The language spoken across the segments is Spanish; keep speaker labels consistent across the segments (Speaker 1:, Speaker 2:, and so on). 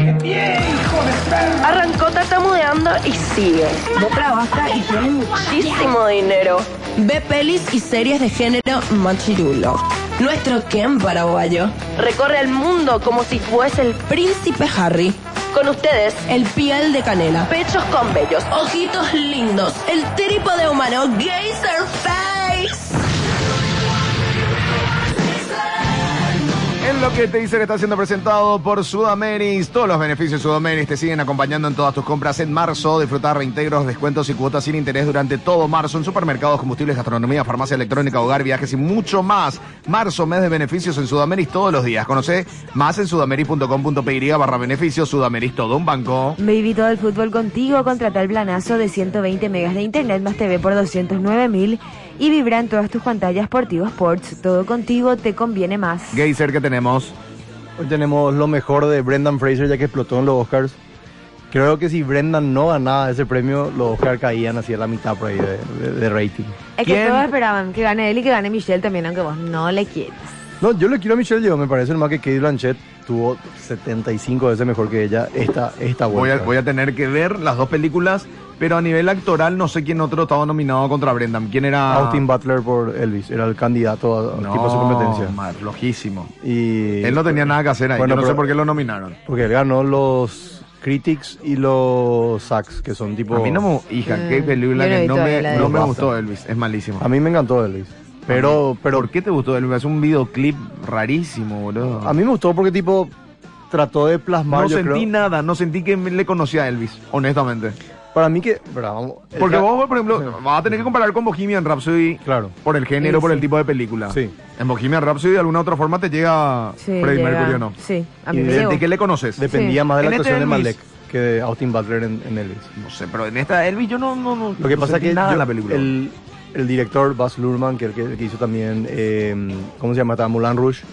Speaker 1: ¡Bien, hijo de perra!
Speaker 2: Arrancó tartamudeando y sigue.
Speaker 3: No trabaja y tiene
Speaker 2: Muchísimo dinero.
Speaker 3: Ve pelis y series de género machirulo. Nuestro Ken paraguayo.
Speaker 2: Recorre el mundo como si fuese el...
Speaker 3: Príncipe Harry.
Speaker 2: Con ustedes,
Speaker 3: El piel de canela.
Speaker 2: pechos con bellos.
Speaker 3: Ojitos lindos. El trípode humano. Geyser Face.
Speaker 4: En lo que te dice que está siendo presentado por Sudameris. Todos los beneficios de Sudameris te siguen acompañando en todas tus compras en marzo. Disfrutar reintegros, descuentos y cuotas sin interés durante todo marzo en supermercados, combustibles, gastronomía, farmacia electrónica, hogar, viajes y mucho más. Marzo, mes de beneficios en Sudameris todos los días. Conoce más en sudameris.com.py barra beneficios. Sudameris todo un banco.
Speaker 5: Baby, todo el fútbol contigo. Contrata el planazo de 120 megas de internet más TV por 209 mil y vibran todas tus pantallas por Tigo Sports. Todo contigo te conviene más.
Speaker 4: Geyser que tenemos.
Speaker 6: Hoy tenemos lo mejor de Brendan Fraser ya que explotó en los Oscars. Creo que si Brendan no ganaba ese premio, los Oscars caían hacia la mitad por ahí de, de- de rating.
Speaker 5: Es
Speaker 4: ¿Quién?
Speaker 5: que todos esperaban que gane él y que gane Michelle también, aunque vos no le quieras.
Speaker 6: No, yo le quiero a Michelle Yeoh, me parece más que Kate Blanchett tuvo 75 veces mejor que ella esta, esta
Speaker 4: Voy a,
Speaker 6: vuelta.
Speaker 4: voy a tener que ver las dos películas, pero a nivel actoral no sé quién otro estaba nominado contra Brendan. ¿Quién era?
Speaker 6: Austin Butler por Elvis, era el candidato a, a-
Speaker 4: No,
Speaker 6: tipo a su competencia.
Speaker 4: ma, flojísimo.
Speaker 6: Y,
Speaker 4: Él no tenía nada que hacer ahí.
Speaker 6: Bueno,
Speaker 4: Yo no sé
Speaker 6: pero-
Speaker 4: por qué lo nominaron.
Speaker 6: Porque él ganó los Critics y los Sacks, que son tipo...
Speaker 4: A mí no me... Hija, qué
Speaker 5: Mm,
Speaker 4: película
Speaker 5: yo no
Speaker 4: que
Speaker 5: vi
Speaker 4: no me,
Speaker 5: todavía la de
Speaker 4: no me
Speaker 6: Elvis.
Speaker 4: gustó Elvis. Es malísimo.
Speaker 6: A mí me encantó Elvis. Pero, pero
Speaker 4: ¿Por qué te gustó Elvis? Es un videoclip rarísimo, boludo.
Speaker 6: A mí me gustó porque tipo trató de plasmar.
Speaker 4: Ah. no
Speaker 6: yo
Speaker 4: sentí
Speaker 6: creo-
Speaker 4: nada, no sentí que me- le conocía a Elvis, honestamente.
Speaker 6: Para mí que. pero vamos, el
Speaker 4: Porque
Speaker 6: ca-
Speaker 4: vos, por ejemplo, vas a tener que comparar con Bohemian Rhapsody
Speaker 6: Claro.
Speaker 4: por el género, por el tipo de película.
Speaker 6: Sí.
Speaker 4: En Bohemian Rhapsody de alguna otra forma te llega
Speaker 5: Sí,
Speaker 4: Freddie
Speaker 5: llega-
Speaker 4: Mercury o no.
Speaker 5: Sí, a
Speaker 6: Y
Speaker 5: mí me
Speaker 4: ¿De,
Speaker 5: llegó.
Speaker 4: de qué le conoces?
Speaker 6: Dependía más de la
Speaker 4: En este
Speaker 6: actuación de
Speaker 4: Elvis.
Speaker 6: Malek que de Austin Butler en, en Elvis.
Speaker 4: No sé, pero en esta Elvis yo no... no, no
Speaker 6: Lo que
Speaker 4: no
Speaker 6: pasa
Speaker 4: sentí
Speaker 6: que
Speaker 4: nada
Speaker 6: yo-
Speaker 4: en la película.
Speaker 6: El, el director Baz Luhrmann, que el que, el que hizo también, eh, ¿cómo se llama? Esta Moulin Rouge,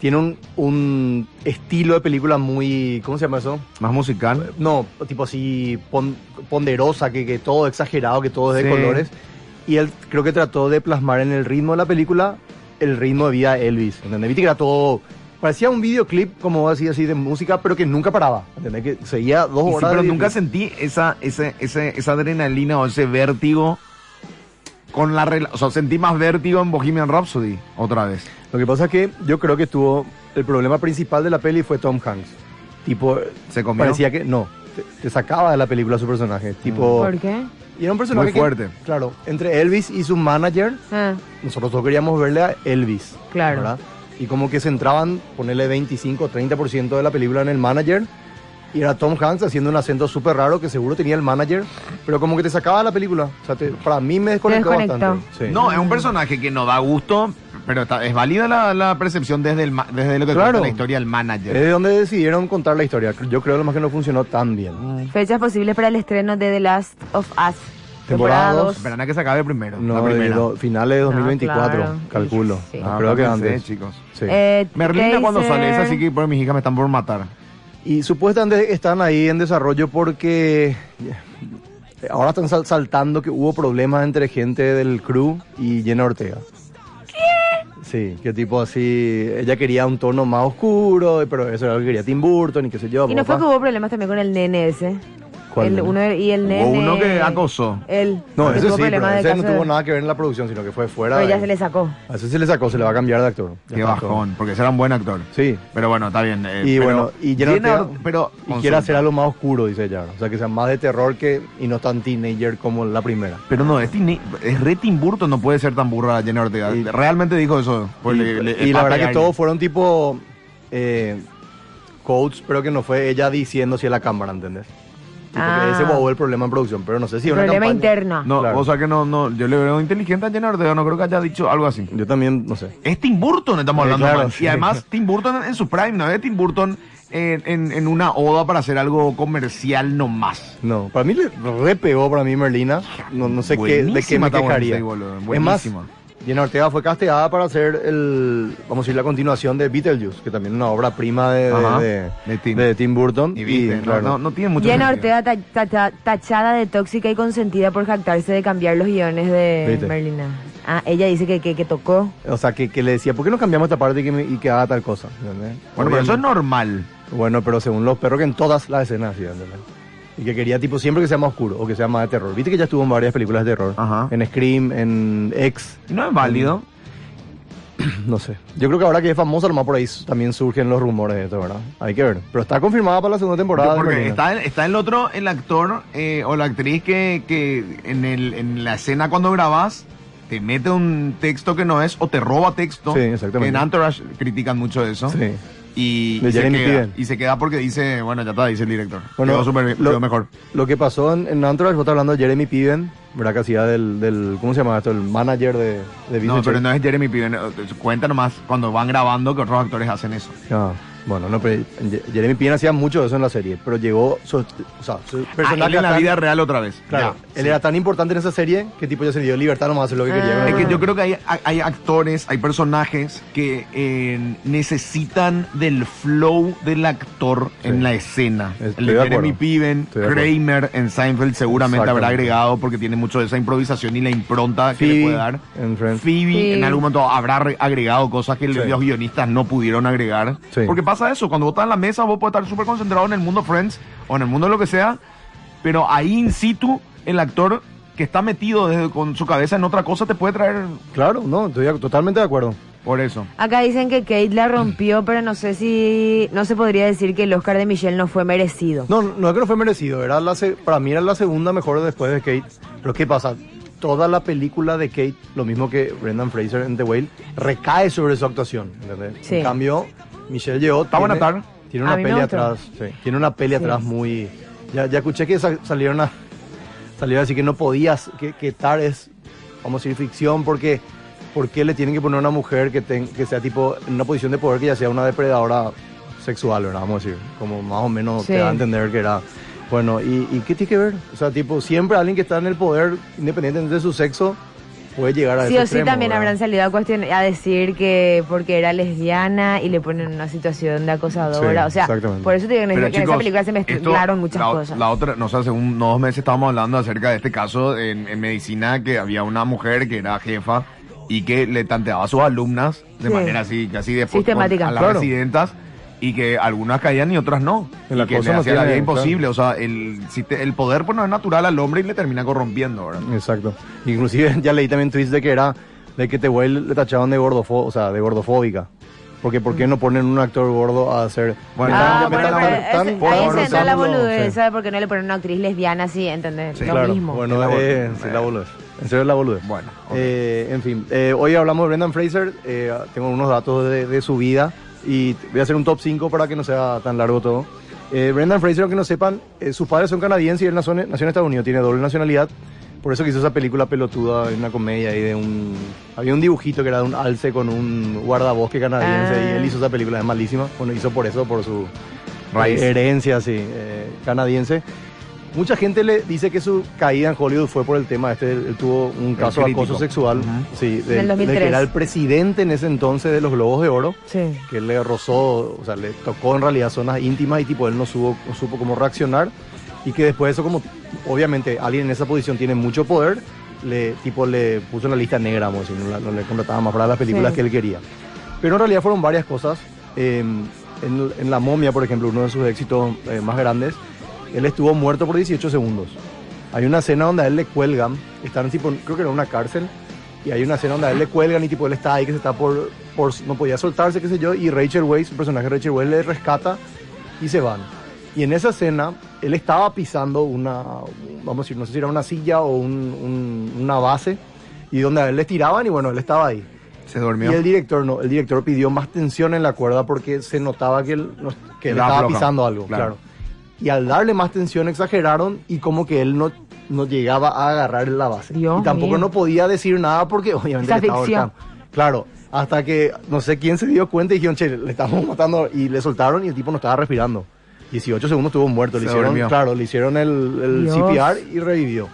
Speaker 6: tiene un, un estilo de película muy, ¿cómo se llama eso?
Speaker 4: Más musical.
Speaker 6: No, tipo así pon- ponderosa, que, que todo exagerado, que todo es de
Speaker 4: Sí.
Speaker 6: colores. Y él creo que trató de plasmar en el ritmo de la película el ritmo de vida de Elvis. ¿Entendés? Viste que era todo. Parecía un videoclip, como así, así de música, pero que nunca paraba. ¿Entendés? Que seguía dos
Speaker 4: Y sí,
Speaker 6: horas. de
Speaker 4: pero nunca
Speaker 6: videoclip.
Speaker 4: sentí esa, ese, ese- esa adrenalina o ese vértigo con la rela- O sea, sentí más vértigo en Bohemian Rhapsody otra vez.
Speaker 6: Lo que pasa es que yo creo que tuvo. El problema principal de la peli fue Tom Hanks. Tipo,
Speaker 4: Se comió.
Speaker 6: parecía que. No, te, te sacaba de la película su personaje. Tipo.
Speaker 5: ¿Por qué?
Speaker 6: Y era un personaje.
Speaker 4: Mm. Muy
Speaker 6: que-
Speaker 4: fuerte.
Speaker 6: claro, entre Elvis y su manager.
Speaker 5: Ah,
Speaker 6: nosotros todos queríamos verle a Elvis.
Speaker 5: Claro.
Speaker 6: ¿verdad? Y como que centraban, ponerle 25 o 30% de la película en el manager. Y era Tom Hanks haciendo un acento súper raro que seguro tenía el manager, pero como que te sacaba la película. O sea, te- para mí me desconectó
Speaker 5: desconectó.
Speaker 6: bastante. Sí.
Speaker 4: No, es un personaje que no da gusto, pero está- es válida la, la percepción desde, el, ma- desde lo que
Speaker 6: Claro.
Speaker 4: cuenta la historia del
Speaker 6: Es
Speaker 4: manager.
Speaker 6: de donde decidieron contar la historia. Yo creo lo más que no funcionó tan bien.
Speaker 5: Fechas posibles para el estreno de The Last of Us.
Speaker 6: Temporada dos.
Speaker 5: dos.
Speaker 4: Esperan a que se acabe primero.
Speaker 6: No,
Speaker 4: la
Speaker 6: de
Speaker 4: primera.
Speaker 6: do- finales de
Speaker 5: No,
Speaker 6: 2024,
Speaker 5: claro.
Speaker 6: calculo.
Speaker 5: Sí.
Speaker 6: No,
Speaker 4: Ah,
Speaker 6: creo que
Speaker 4: cálmense,
Speaker 6: antes.
Speaker 4: chicos.
Speaker 6: Sí.
Speaker 5: Eh,
Speaker 4: Merlina cuando
Speaker 5: Taser.
Speaker 4: sale es así que por mis hijas me están por matar.
Speaker 6: Y supuestamente están ahí en desarrollo porque eh, ahora están sal- saltando que hubo problemas entre gente del crew y Jenna Ortega. ¿Qué? Sí, que tipo así, ella quería un tono más oscuro, pero eso era lo que quería Tim Burton y qué sé yo.
Speaker 5: Y no fue
Speaker 6: papá.
Speaker 5: que hubo problemas también con el nene ese.
Speaker 6: ¿Cuál
Speaker 5: El-
Speaker 6: nene?
Speaker 5: uno de- y el
Speaker 4: Hubo
Speaker 5: nene.
Speaker 4: uno que acosó.
Speaker 5: Él.
Speaker 6: No,
Speaker 5: que
Speaker 6: ese
Speaker 5: tuvo
Speaker 6: sí, pero
Speaker 5: problemas de
Speaker 6: ese no
Speaker 5: caso de-
Speaker 6: tuvo nada que ver en la producción, sino que fue fuera
Speaker 5: Pero
Speaker 6: de
Speaker 5: ya
Speaker 6: ahí.
Speaker 5: se le sacó.
Speaker 6: A ese se le sacó, se le va a cambiar de actor. Ya
Speaker 4: Qué
Speaker 6: está todo.
Speaker 4: bajón, porque será un buen actor.
Speaker 6: Sí.
Speaker 4: Pero bueno, está bien. eh,
Speaker 6: Y
Speaker 4: pero
Speaker 6: bueno, y Jenna
Speaker 4: Jenna-
Speaker 6: Ortega-
Speaker 4: pero
Speaker 6: Y quiere
Speaker 4: consulta.
Speaker 6: hacer algo más oscuro, dice ella. O sea, que sea más de terror que y no tan teenager como la primera.
Speaker 4: Pero no, es, Tini- es re Tim Burton, no puede ser tan burra Jenna Ortega.
Speaker 6: Y-
Speaker 4: Realmente dijo eso. pues
Speaker 6: y
Speaker 4: le- le-
Speaker 6: y la
Speaker 4: para
Speaker 6: verdad que
Speaker 4: pegarle.
Speaker 6: todos fueron tipo eh, quotes, pero que no fue ella diciendo así a la cámara, ¿entendés? Tipo
Speaker 5: Ah.
Speaker 6: que ese fue el problema en producción, pero no sé si una
Speaker 5: Problema
Speaker 6: campaña-
Speaker 5: interno.
Speaker 4: No,
Speaker 6: Claro.
Speaker 4: o sea que no, no, yo le veo inteligente a Jenna Ortega, no creo que haya dicho algo así.
Speaker 6: Yo también, no sé.
Speaker 4: Es Tim Burton, estamos
Speaker 6: Eh,
Speaker 4: hablando.
Speaker 6: claro,
Speaker 4: man.
Speaker 6: sí.
Speaker 4: Y además, Tim Burton en su prime, no es Tim Burton en, en- en una oda para hacer algo comercial nomás.
Speaker 6: No, para mí le repegó para mí Merlina. No, no sé qué, de qué
Speaker 4: Buenísima
Speaker 6: me
Speaker 4: está Buenos
Speaker 6: quejaría.
Speaker 4: Aires, boludo,
Speaker 6: es más,
Speaker 4: buenísima.
Speaker 6: Jenna Ortega fue casteada para hacer el, vamos a decir, la continuación de Beetlejuice, que también es una obra prima de, de-
Speaker 4: Ajá,
Speaker 6: de-
Speaker 4: de Tim.
Speaker 6: de Tim Burton.
Speaker 4: Y viste, no,
Speaker 6: claro.
Speaker 4: no, no tiene mucho
Speaker 5: Jenna
Speaker 4: sentido.
Speaker 5: Ortega ta- ta- ta- tachada de tóxica y consentida por jactarse de cambiar los guiones de
Speaker 6: Viste.
Speaker 5: Merlina. Ah, ella dice que, que, que tocó.
Speaker 6: O sea, que, que le decía, ¿por qué no cambiamos esta parte y que, me- y que haga tal cosa? ¿Entendés?
Speaker 4: Bueno, pero eso es normal.
Speaker 6: Bueno, pero según los perros que en todas las escenas hacían, ¿verdad? Y que quería tipo siempre que sea más oscuro o que sea más de terror. Viste que ya estuvo en varias películas de terror.
Speaker 4: Ajá.
Speaker 6: En Scream, en X,
Speaker 4: Y no es válido.
Speaker 6: no sé. Yo creo que ahora que es famosa, nomás por ahí s- también surgen los rumores de esto, ¿verdad? Hay que ver. Pero está confirmada para la segunda temporada. de
Speaker 4: Porque
Speaker 6: Merlina.
Speaker 4: está, el- está el otro, el actor eh, o la actriz que, que en, el, en la escena cuando grabás te mete un texto que no es o te roba texto.
Speaker 6: Sí, exactamente.
Speaker 4: En Entourage critican mucho eso.
Speaker 6: Sí.
Speaker 4: Y,
Speaker 6: De
Speaker 4: y se
Speaker 6: Jeremy
Speaker 4: queda,
Speaker 6: Piven.
Speaker 4: y se queda porque dice, bueno, ya está, dice el director.
Speaker 6: Bueno,
Speaker 4: quedó, súper bien,
Speaker 6: lo-
Speaker 4: quedó mejor.
Speaker 6: Lo que pasó en, en Entourage, vos estás hablando de Jeremy Piven, ¿verdad? Que hacía del, del ¿cómo se llama esto? El manager de, de
Speaker 4: No,
Speaker 6: Vince
Speaker 4: pero
Speaker 6: Chase.
Speaker 4: no es Jeremy Piven. eh, Cuenta nomás cuando van grabando que otros actores hacen eso.
Speaker 6: Ah, bueno, no, pero Ye- Jeremy Piven hacía mucho de eso en la serie, pero llegó, su- o sea, su
Speaker 4: Ah, él
Speaker 6: personaje
Speaker 4: en la
Speaker 6: tan-
Speaker 4: vida real otra vez.
Speaker 6: Claro,
Speaker 4: Ya.
Speaker 6: él era tan importante en esa serie que tipo ya se dio libertad nomás a hacer lo que quería.
Speaker 5: Ah.
Speaker 6: con
Speaker 4: Es
Speaker 6: el
Speaker 4: que yo
Speaker 6: personaje.
Speaker 4: creo que hay, hay actores, hay personajes que eh, necesitan del flow del actor
Speaker 6: Sí.
Speaker 4: en la escena.
Speaker 6: Estoy
Speaker 4: el de
Speaker 6: de
Speaker 4: Jeremy
Speaker 6: acuerdo.
Speaker 4: Piven,
Speaker 6: Estoy de acuerdo.
Speaker 4: Kramer en Seinfeld seguramente habrá
Speaker 6: Exactamente.
Speaker 4: agregado porque tiene mucho de esa improvisación y la impronta que
Speaker 6: Phoebe
Speaker 4: le puede dar.
Speaker 6: en Friends.
Speaker 4: Phoebe
Speaker 3: Sí.
Speaker 4: en algún momento habrá re- agregado cosas que
Speaker 6: Sí.
Speaker 4: los guionistas no pudieron agregar.
Speaker 6: Sí.
Speaker 4: Porque pasa eso, cuando vos estás en la mesa vos puedes estar súper concentrado en el mundo Friends o en el mundo de lo que sea, pero ahí in situ el actor que está metido desde- con su cabeza en otra cosa te puede traer
Speaker 6: Claro, no, estoy a- totalmente de acuerdo.
Speaker 4: por eso.
Speaker 5: Acá dicen que Kate la rompió, pero no sé si. No se podría decir que el Oscar de Michelle no fue merecido.
Speaker 6: No, no es que no fue merecido, era la se- para mí era la segunda mejor después de Kate. Pero ¿qué pasa? Toda la película de Kate, lo mismo que Brendan Fraser en The Whale, recae sobre su actuación. ¿entendés?
Speaker 5: Sí.
Speaker 6: En cambio, Michelle Yeoh
Speaker 4: Está
Speaker 6: tiene,
Speaker 4: buena tarde.
Speaker 6: tiene
Speaker 5: A
Speaker 6: una
Speaker 5: mí me
Speaker 6: peli
Speaker 5: gustó.
Speaker 6: atrás. sí, tiene una peli atrás muy. Ya, ya escuché que sa- salieron a. Salieron así que no podías. Que, que Tar es, vamos a decir, ficción porque. ¿Por qué le tienen que poner a una mujer que, ten- que sea tipo en una posición de poder que ya sea una depredadora sexual, ¿verdad? Vamos a decir, como más o menos
Speaker 5: Sí.
Speaker 6: te da a entender que era. Bueno, ¿y, y qué tiene que ver? O sea, tipo, siempre alguien que está en el poder, independientemente de su sexo, puede llegar a
Speaker 5: Sí
Speaker 6: ese
Speaker 5: o sí
Speaker 6: extremo,
Speaker 5: también
Speaker 6: ¿verdad?
Speaker 5: habrán salido a, cuestión, a decir que porque era lesbiana y le ponen en una situación de acosadora.
Speaker 6: Sí,
Speaker 5: o sea,
Speaker 6: exactamente.
Speaker 5: por eso te digo que en, esa- que en esa película se
Speaker 4: esto-
Speaker 5: mezclaron muchas
Speaker 4: la,
Speaker 5: cosas.
Speaker 4: La otra, no sé, hace un- unos meses estábamos hablando acerca de este caso en, en medicina que había una mujer que era jefa y que le tanteaba a sus alumnas de
Speaker 5: Sí.
Speaker 4: manera así, casi de fo-
Speaker 5: Sistemática.
Speaker 4: con- a las
Speaker 6: Claro.
Speaker 4: residentas y que algunas caían y otras no.
Speaker 6: En la
Speaker 4: y que
Speaker 6: cosa
Speaker 4: le
Speaker 6: no
Speaker 4: hacía la
Speaker 6: tiene-
Speaker 4: vida imposible. O sea, el, siste- el poder pues, no es natural al hombre y le termina corrompiendo, ¿verdad?
Speaker 6: Exacto. Inclusive ya leí también tweets de que era de que te le tachaban de gordofo, o sea, de gordofóbica. Porque ¿por qué no ponen un actor gordo a hacer
Speaker 4: Bueno,
Speaker 5: Mm. Ah,
Speaker 4: Me
Speaker 5: bueno,
Speaker 4: están-
Speaker 5: pero
Speaker 4: me están
Speaker 5: ese- ahí se
Speaker 4: forzando,
Speaker 5: entra la
Speaker 6: forzando,
Speaker 5: boludez,
Speaker 6: sí.
Speaker 5: ¿sabes? Porque no le ponen una actriz lesbiana así, ¿entendés?
Speaker 4: Sí,
Speaker 5: Lo
Speaker 6: claro.
Speaker 5: mismo.
Speaker 6: Bueno,
Speaker 4: Es la
Speaker 6: eh,
Speaker 4: boludez.
Speaker 6: sí, la boludez. En serio, la boludez.
Speaker 4: Bueno, ok.
Speaker 6: Eh, en fin, eh, hoy hablamos de Brendan Fraser. eh, tengo unos datos de, de su vida y t- voy a hacer un top 5 para que no sea tan largo todo. Eh, Brendan Fraser, aunque no sepan, eh, sus padres son canadienses y él nació, en- nació en Estados Unidos, tiene doble nacionalidad. Por eso que hizo esa película pelotuda, una comedia ahí de un... Había un dibujito que era de un alce con un guardabosque canadiense
Speaker 5: Ah.
Speaker 6: y él hizo esa película, es malísima. Bueno, hizo por eso, por su
Speaker 4: Raíz.
Speaker 6: herencia, sí, eh, canadiense. Mucha gente le dice que su caída en Hollywood fue por el tema este, él tuvo un caso de
Speaker 4: crítico.
Speaker 6: acoso sexual,
Speaker 4: Ujú.
Speaker 6: sí, de,
Speaker 5: Del
Speaker 6: de
Speaker 5: 2003.
Speaker 6: que era el presidente en ese entonces de los Globos de Oro,
Speaker 5: Sí.
Speaker 6: que le rozó, o sea, le tocó en realidad zonas íntimas y tipo él no, subo- no supo cómo reaccionar y que después de eso como obviamente alguien en esa posición tiene mucho poder, le tipo le puso en la lista negra, vamos a decir, no, la- no le contrataba más para las películas
Speaker 5: Sí.
Speaker 6: que él quería. Pero en realidad fueron varias cosas. Eh, en, en La momia, por ejemplo, uno de sus éxitos eh, más grandes, él estuvo muerto por 18 segundos. Hay una escena donde a él le cuelgan, están tipo, creo que era una cárcel, y hay una escena donde a él le cuelgan y tipo él está ahí que se está por, por no podía soltarse, qué sé yo, y Rachel Weisz, su personaje Rachel Weisz le rescata y se van. Y en esa escena, él estaba pisando una, vamos a decir, no sé si era una silla o un- un- una base, y donde a él le tiraban y bueno, él estaba ahí.
Speaker 4: Se
Speaker 6: Y
Speaker 4: durmió.
Speaker 6: el director no, el director pidió más tensión en la cuerda porque se notaba que él, no- que él
Speaker 4: Estaba
Speaker 6: estaba
Speaker 4: flojo.
Speaker 6: pisando algo,
Speaker 4: Claro.
Speaker 6: claro. Y al darle más tensión exageraron y como que él no, no llegaba a agarrar la base.
Speaker 5: Dios
Speaker 6: y tampoco
Speaker 5: mío.
Speaker 6: no podía decir nada porque obviamente
Speaker 5: Esa
Speaker 6: le estaba
Speaker 5: ficción.
Speaker 6: ahorcando. Claro, hasta que no sé quién se dio cuenta y dijeron, che, le estamos matando y le soltaron y el tipo no estaba respirando. 18 segundos estuvo muerto, le
Speaker 4: Se
Speaker 6: hicieron,
Speaker 4: durmió.
Speaker 6: claro, le hicieron el, el
Speaker 5: Dios.
Speaker 6: CPR y revivió.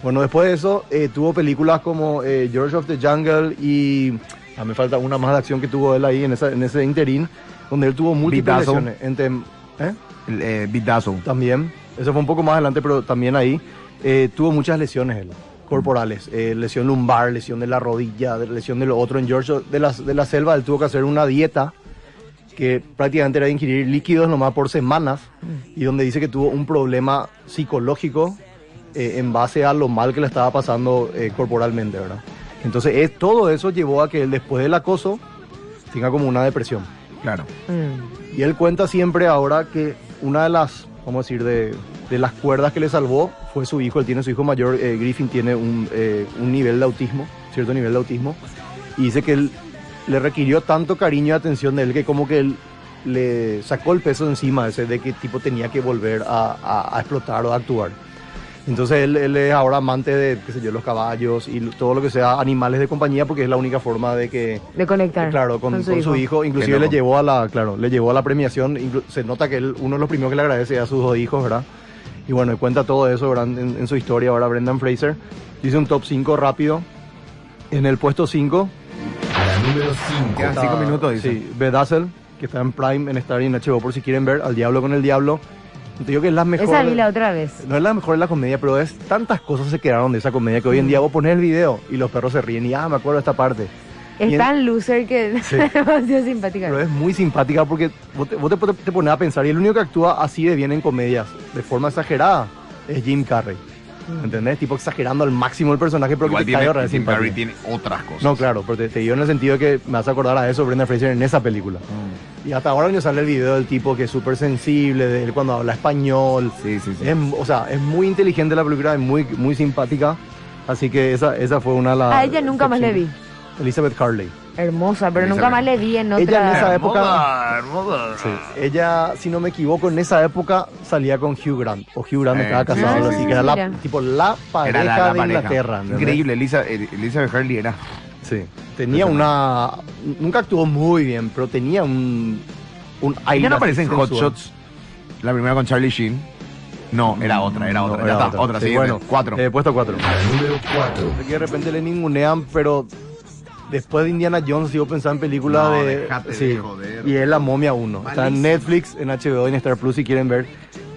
Speaker 6: Bueno, después de eso eh, tuvo películas como eh, George of the Jungle y ah, me falta una más de acción que tuvo él ahí en, esa- en ese interín, donde él tuvo múltiples
Speaker 4: Vitazo.
Speaker 6: lesiones. Entre, ¿eh?
Speaker 4: El, eh, Big Dazzle.
Speaker 6: También, eso fue un poco más adelante, pero también ahí eh, tuvo muchas lesiones él, corporales, eh, lesión lumbar, lesión de la rodilla, de- lesión de lo otro. En George de la, de la selva él tuvo que hacer una dieta que prácticamente era ingerir líquidos nomás por semanas y donde dice que tuvo un problema psicológico eh, en base a lo mal que le estaba pasando eh, corporalmente, ¿verdad? Entonces eh, todo eso llevó a que él después del acoso tenga como una depresión.
Speaker 4: Claro.
Speaker 6: Y él cuenta siempre ahora que una de las, vamos a decir, de, de las cuerdas que le salvó fue su hijo. Él tiene su hijo mayor, eh, Griffin, tiene un, eh, un nivel de autismo, cierto nivel de autismo. Y dice que él le requirió tanto cariño y atención de él que como que él le sacó el peso de encima ese de que tipo tenía que volver a, a- a explotar o a actuar. Entonces él, él es ahora amante de, qué sé yo, los caballos y todo lo que sea animales de compañía porque es la única forma de que
Speaker 5: De conectar.
Speaker 6: Claro, con, con su, hijo. Inclusive
Speaker 4: Qué
Speaker 6: le
Speaker 4: loco.
Speaker 6: llevó a la, claro, le llevó a la premiación. Inclu- Se nota que él, uno de los primeros que le agradece es a sus dos hijos, ¿verdad? Y bueno, y cuenta todo eso ¿verdad? En, en su historia ahora Brendan Fraser. Dice un top 5 rápido. En el puesto 5
Speaker 7: número 5.
Speaker 4: Quedan Ah, cinco minutos, dice.
Speaker 6: Sí, Bedazzle, que está en Prime, en Star y en HBO por si quieren ver Al Diablo con el Diablo. Te digo que es la mejor.
Speaker 5: Esa
Speaker 6: de-
Speaker 5: vi la otra vez.
Speaker 6: no es la mejor de la comedia, pero es tantas cosas se quedaron de esa comedia que hoy en día vos pones el video y los perros se ríen y ah, me acuerdo de esta parte. Y
Speaker 5: Es
Speaker 6: en-
Speaker 5: tan loser que es
Speaker 6: Sí.
Speaker 5: demasiado simpática.
Speaker 6: Pero es muy simpática porque vos te, vos te- te pones a pensar y el único que actúa así de bien en comedias, de forma exagerada, es Jim Carrey. ¿Entendés? Tipo exagerando al máximo el personaje, pero
Speaker 4: Igual
Speaker 6: que te cae
Speaker 4: tiene,
Speaker 6: ahora de
Speaker 4: Jim
Speaker 6: simpático.
Speaker 4: Carrey tiene otras cosas.
Speaker 6: No, claro, pero te, te digo en el sentido de que me vas a acordar a eso Brenda Fraser en esa película.
Speaker 4: Mm.
Speaker 6: Y hasta ahora cuando sale el video del tipo que es súper sensible, de él cuando habla español.
Speaker 4: Sí, sí, sí.
Speaker 6: Es- o sea, es muy inteligente la película, es muy, muy simpática. Así que esa, esa fue una de las...
Speaker 5: A ella nunca más le vi.
Speaker 6: Elizabeth Carley.
Speaker 5: Hermosa, pero
Speaker 4: Elizabeth.
Speaker 5: nunca más le vi en otra.
Speaker 6: Ella en esa
Speaker 4: Hermosa, hermosa.
Speaker 6: Sí. Ella, si no me equivoco, en esa época salía con Hugh Grant. O Hugh Grant
Speaker 4: Eh,
Speaker 6: estaba
Speaker 4: sí,
Speaker 6: casado,
Speaker 4: sí,
Speaker 6: algo así,
Speaker 4: sí.
Speaker 6: que era la,
Speaker 5: Mira.
Speaker 6: tipo la pareja
Speaker 4: Era la, la
Speaker 6: Ah, de
Speaker 4: pareja.
Speaker 6: Inglaterra. ¿entendés?
Speaker 4: Increíble, Elisa, eh, Elizabeth Hurley era.
Speaker 6: Sí. Tenía una. Nunca actuó muy bien, pero tenía un. Un aire.
Speaker 4: ¿Ya no
Speaker 6: así
Speaker 4: aparece en Hot
Speaker 6: sensual.
Speaker 4: Shots? La primera con Charlie Sheen. No, era otra, era
Speaker 6: Mm, No,
Speaker 4: otra.
Speaker 6: era
Speaker 4: ya está, otra,
Speaker 6: Sí,
Speaker 4: siguiente. Cuatro.
Speaker 6: eh, puesto cuatro.
Speaker 7: Número 4.
Speaker 6: Sé que de repente le ningunean, pero después de Indiana Jones sigo pensando en películas
Speaker 4: No,
Speaker 6: de.
Speaker 4: dejate de joder.
Speaker 6: Y es La Momia 1. Está en Netflix, en HBO, en Star Plus si quieren ver.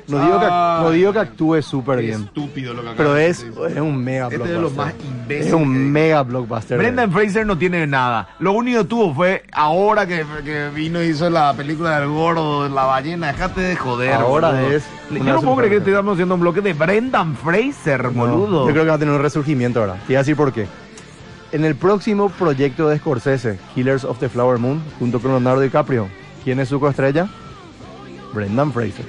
Speaker 6: No digo que,
Speaker 4: Ah.
Speaker 6: no digo que actúe súper bien.
Speaker 7: Estúpido lo que
Speaker 6: Pero
Speaker 7: de
Speaker 6: es,
Speaker 7: decir.
Speaker 6: es un mega
Speaker 7: Este es de
Speaker 6: blockbuster.
Speaker 7: los más imbéciles
Speaker 6: Es un
Speaker 7: que-
Speaker 6: mega blockbuster.
Speaker 4: Brendan Fraser no tiene nada. Lo único que tuvo fue ahora que, que vino y hizo la película del gordo, de la ballena. Dejate de joder.
Speaker 6: Ahora
Speaker 4: boludo.
Speaker 6: es
Speaker 4: Yo
Speaker 6: una
Speaker 4: no puedo creer que
Speaker 6: superproducción.
Speaker 4: estamos haciendo un bloque de Brendan Fraser,
Speaker 6: No,
Speaker 4: boludo.
Speaker 6: Yo creo que va a tener un resurgimiento ahora. Te voy a decir por qué. En el próximo proyecto de Scorsese, Killers of the Flower Moon, junto con Leonardo DiCaprio, ¿quién es su coestrella? Brendan Fraser.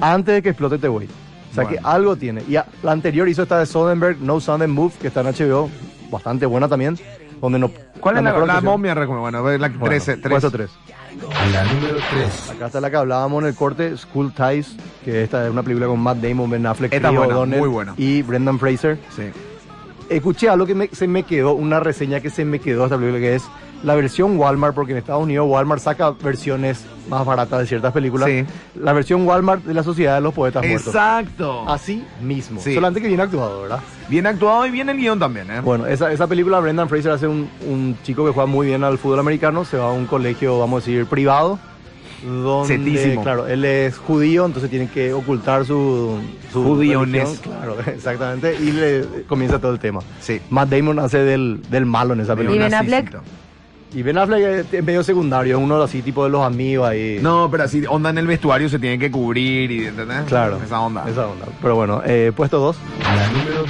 Speaker 6: Antes de que explote The Way. O sea
Speaker 4: Bueno.
Speaker 6: que algo tiene. Y a- la anterior hizo esta de Soderbergh, No Sound and Move, que está en HBO, bastante buena también. Donde no,
Speaker 4: ¿Cuál es la,
Speaker 6: mejor
Speaker 4: la
Speaker 6: actuación.
Speaker 4: momia? recu- Bueno, la
Speaker 6: Bueno,
Speaker 4: 13,
Speaker 6: puesto tres.
Speaker 7: La número 3.
Speaker 6: Acá está la que hablábamos en el corte, School Ties, que esta es una película con Matt Damon, Ben Affleck,
Speaker 4: Esta
Speaker 6: Clive
Speaker 4: buena,
Speaker 6: O'Donnell
Speaker 4: muy buena.
Speaker 6: y Brendan Fraser.
Speaker 4: Sí.
Speaker 6: Escuché algo que me- se me quedó, una reseña que se me quedó a esta película, que es la versión Walmart, porque en Estados Unidos Walmart saca versiones más baratas de ciertas películas.
Speaker 4: Sí.
Speaker 6: La versión Walmart de la Sociedad de los Poetas Muertos.
Speaker 4: Exacto.
Speaker 6: Así mismo.
Speaker 4: Sí.
Speaker 6: Solamente que bien actuado, ¿verdad?
Speaker 4: Ah, Bien actuado y bien el guión también, ¿eh?
Speaker 6: Bueno, esa, esa película Brendan Fraser hace un, un chico que juega muy bien al fútbol americano, se va a un colegio, vamos a decir, privado, donde,
Speaker 4: Cetísimo.
Speaker 6: claro, él es judío, entonces tiene que ocultar su, su
Speaker 4: Judíones.
Speaker 6: religión, claro, exactamente, y le comienza todo el tema.
Speaker 4: Sí.
Speaker 6: Matt Damon hace del, del malo en esa
Speaker 4: Pero
Speaker 5: ¿Y
Speaker 6: película.
Speaker 5: Ben Affleck?
Speaker 4: narcisito.
Speaker 6: Y Ben Affleck es medio secundario, es uno así tipo de los amigos ahí.
Speaker 4: No, pero así, onda en el vestuario se tiene que cubrir y, ¿entendés?
Speaker 6: claro.
Speaker 4: ¿eh? Esa onda.
Speaker 6: Esa onda. Pero bueno, eh, puesto dos.
Speaker 7: La número 2.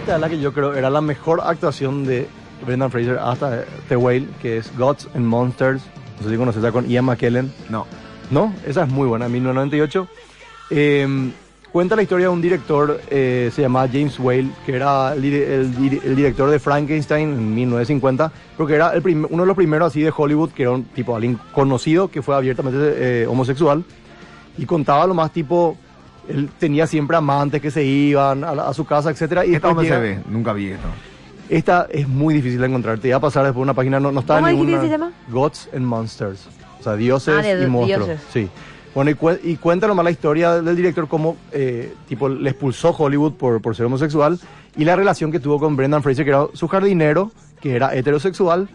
Speaker 6: Esta es la que yo creo era la mejor actuación de Brendan Fraser hasta The Whale, que es Gods and Monsters. No sé si conoces esa con Ian McKellen.
Speaker 4: No.
Speaker 6: ¿No? Esa es muy buena, 1998. Eh, cuenta la historia de un director, eh, se llamaba James Whale, que era el, dire- el dire- el director de Frankenstein en 1950, porque era el prim- uno de los primeros así de Hollywood, que era un tipo, alguien conocido, que fue abiertamente eh, homosexual, y contaba lo más tipo, él tenía siempre amantes que se iban a, la- a su casa, etcétera Y
Speaker 4: ¿Esta
Speaker 6: después
Speaker 4: onda se
Speaker 6: llega-
Speaker 4: ve? Nunca vi esto.
Speaker 6: Esta es muy difícil de encontrar, te iba a pasar después una página, no, no está en
Speaker 5: ¿Cómo dijiste
Speaker 6: ninguna.
Speaker 5: que se llama?
Speaker 6: Gods and Monsters. O sea, dioses
Speaker 5: Ah, de
Speaker 6: y
Speaker 5: do-
Speaker 6: monstruos.
Speaker 5: dioses.
Speaker 6: Sí. Bueno, y, cuen- y cuenta nomás la historia del director, cómo eh, tipo, le expulsó Hollywood por, por ser homosexual y la relación que tuvo con Brendan Fraser, que era su jardinero, que era heterosexual,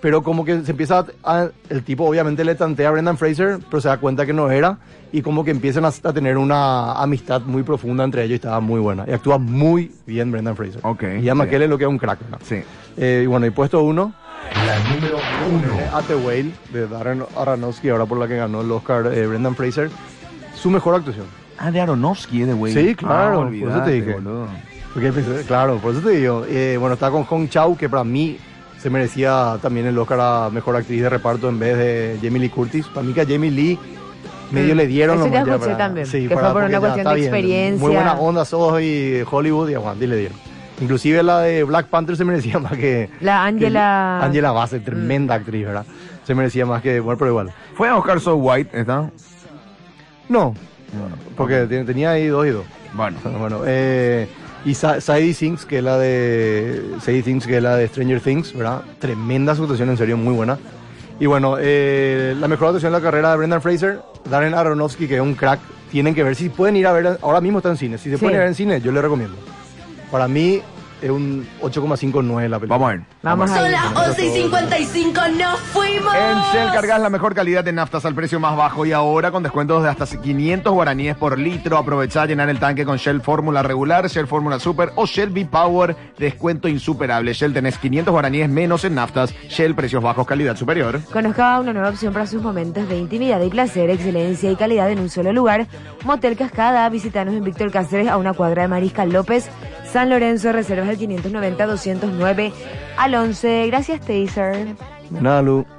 Speaker 6: pero como que se empieza a. a- el tipo obviamente le tantea a Brendan Fraser, pero se da cuenta que no era y como que empiezan a, a tener una amistad muy profunda entre ellos y estaba muy buena. Y actúa muy bien Brendan Fraser.
Speaker 4: Ok,
Speaker 6: Y a
Speaker 4: bien.
Speaker 6: McKellen lo que es un crack. ¿no?
Speaker 4: Sí.
Speaker 6: Eh, y bueno, y puesto uno.
Speaker 7: La número 1.
Speaker 6: At the Whale de Darren Aronofsky, ahora por la que ganó el Oscar eh, Brendan Fraser. Su mejor actuación.
Speaker 4: Ah, de Aronofsky, eh, de güey.
Speaker 6: Sí, claro, por eso te dije.
Speaker 4: boludo.
Speaker 6: Porque, pues, Claro, por eso te digo. eh, bueno, está con Hong Chau, que para mí se merecía también el Oscar a mejor actriz de reparto en vez de Jamie Lee Curtis. Para mí que a Jamie Lee medio
Speaker 5: Mm,
Speaker 6: le dieron
Speaker 5: eso
Speaker 6: nomás
Speaker 5: ya
Speaker 6: ya
Speaker 5: escuché también, que fue por
Speaker 6: porque
Speaker 5: una
Speaker 6: ya
Speaker 5: cuestión
Speaker 6: está
Speaker 5: de experiencia.
Speaker 6: Muy buena onda sos y Hollywood y aguante y le dieron. Inclusive la de Black Panther se merecía más que...
Speaker 5: La Angela-
Speaker 6: que- Angela Bassett, tremenda actriz, ¿verdad? Se merecía más que... Bueno, pero igual.
Speaker 4: Fue a Oscar So White, ¿está?
Speaker 6: No, porque te- tenía ahí dos y dos.
Speaker 4: Bueno.
Speaker 6: Bueno, eh, y Sa- Sadie Things, que es la de Sadie Things, que es la de Stranger Things, ¿verdad? Tremenda su actuación, en serio, muy buena. Y bueno, eh, la mejor actuación de la carrera de Brendan Fraser, Darren Aronofsky, que es un crack. Tienen que ver si pueden ir a ver, ahora mismo está en cine. Si se
Speaker 5: Sí.
Speaker 6: pueden ir a ver en cine, yo les recomiendo. Para mí es un 8,59 la película.
Speaker 4: Vamos a ver.
Speaker 5: Vamos a
Speaker 3: Son
Speaker 5: ir.
Speaker 3: las 11 y 55, ¡nos fuimos!
Speaker 4: En Shell cargas la mejor calidad de naftas al precio más bajo y ahora con descuentos de hasta 500 guaraníes por litro. Aprovecha a llenar el tanque con Shell Fórmula Regular, Shell Fórmula Super o Shell V-Power. Descuento insuperable. Shell tenés 500 guaraníes menos en naftas. Shell precios bajos, calidad superior.
Speaker 5: Conozca una nueva opción para sus momentos de intimidad y placer, excelencia y calidad en un solo lugar. Motel Cascada, visítanos en Víctor Cáceres a una cuadra de Mariscal López, San Lorenzo, reservas al 590-209 al 11. Gracias, Taser.
Speaker 6: Nada, Lu.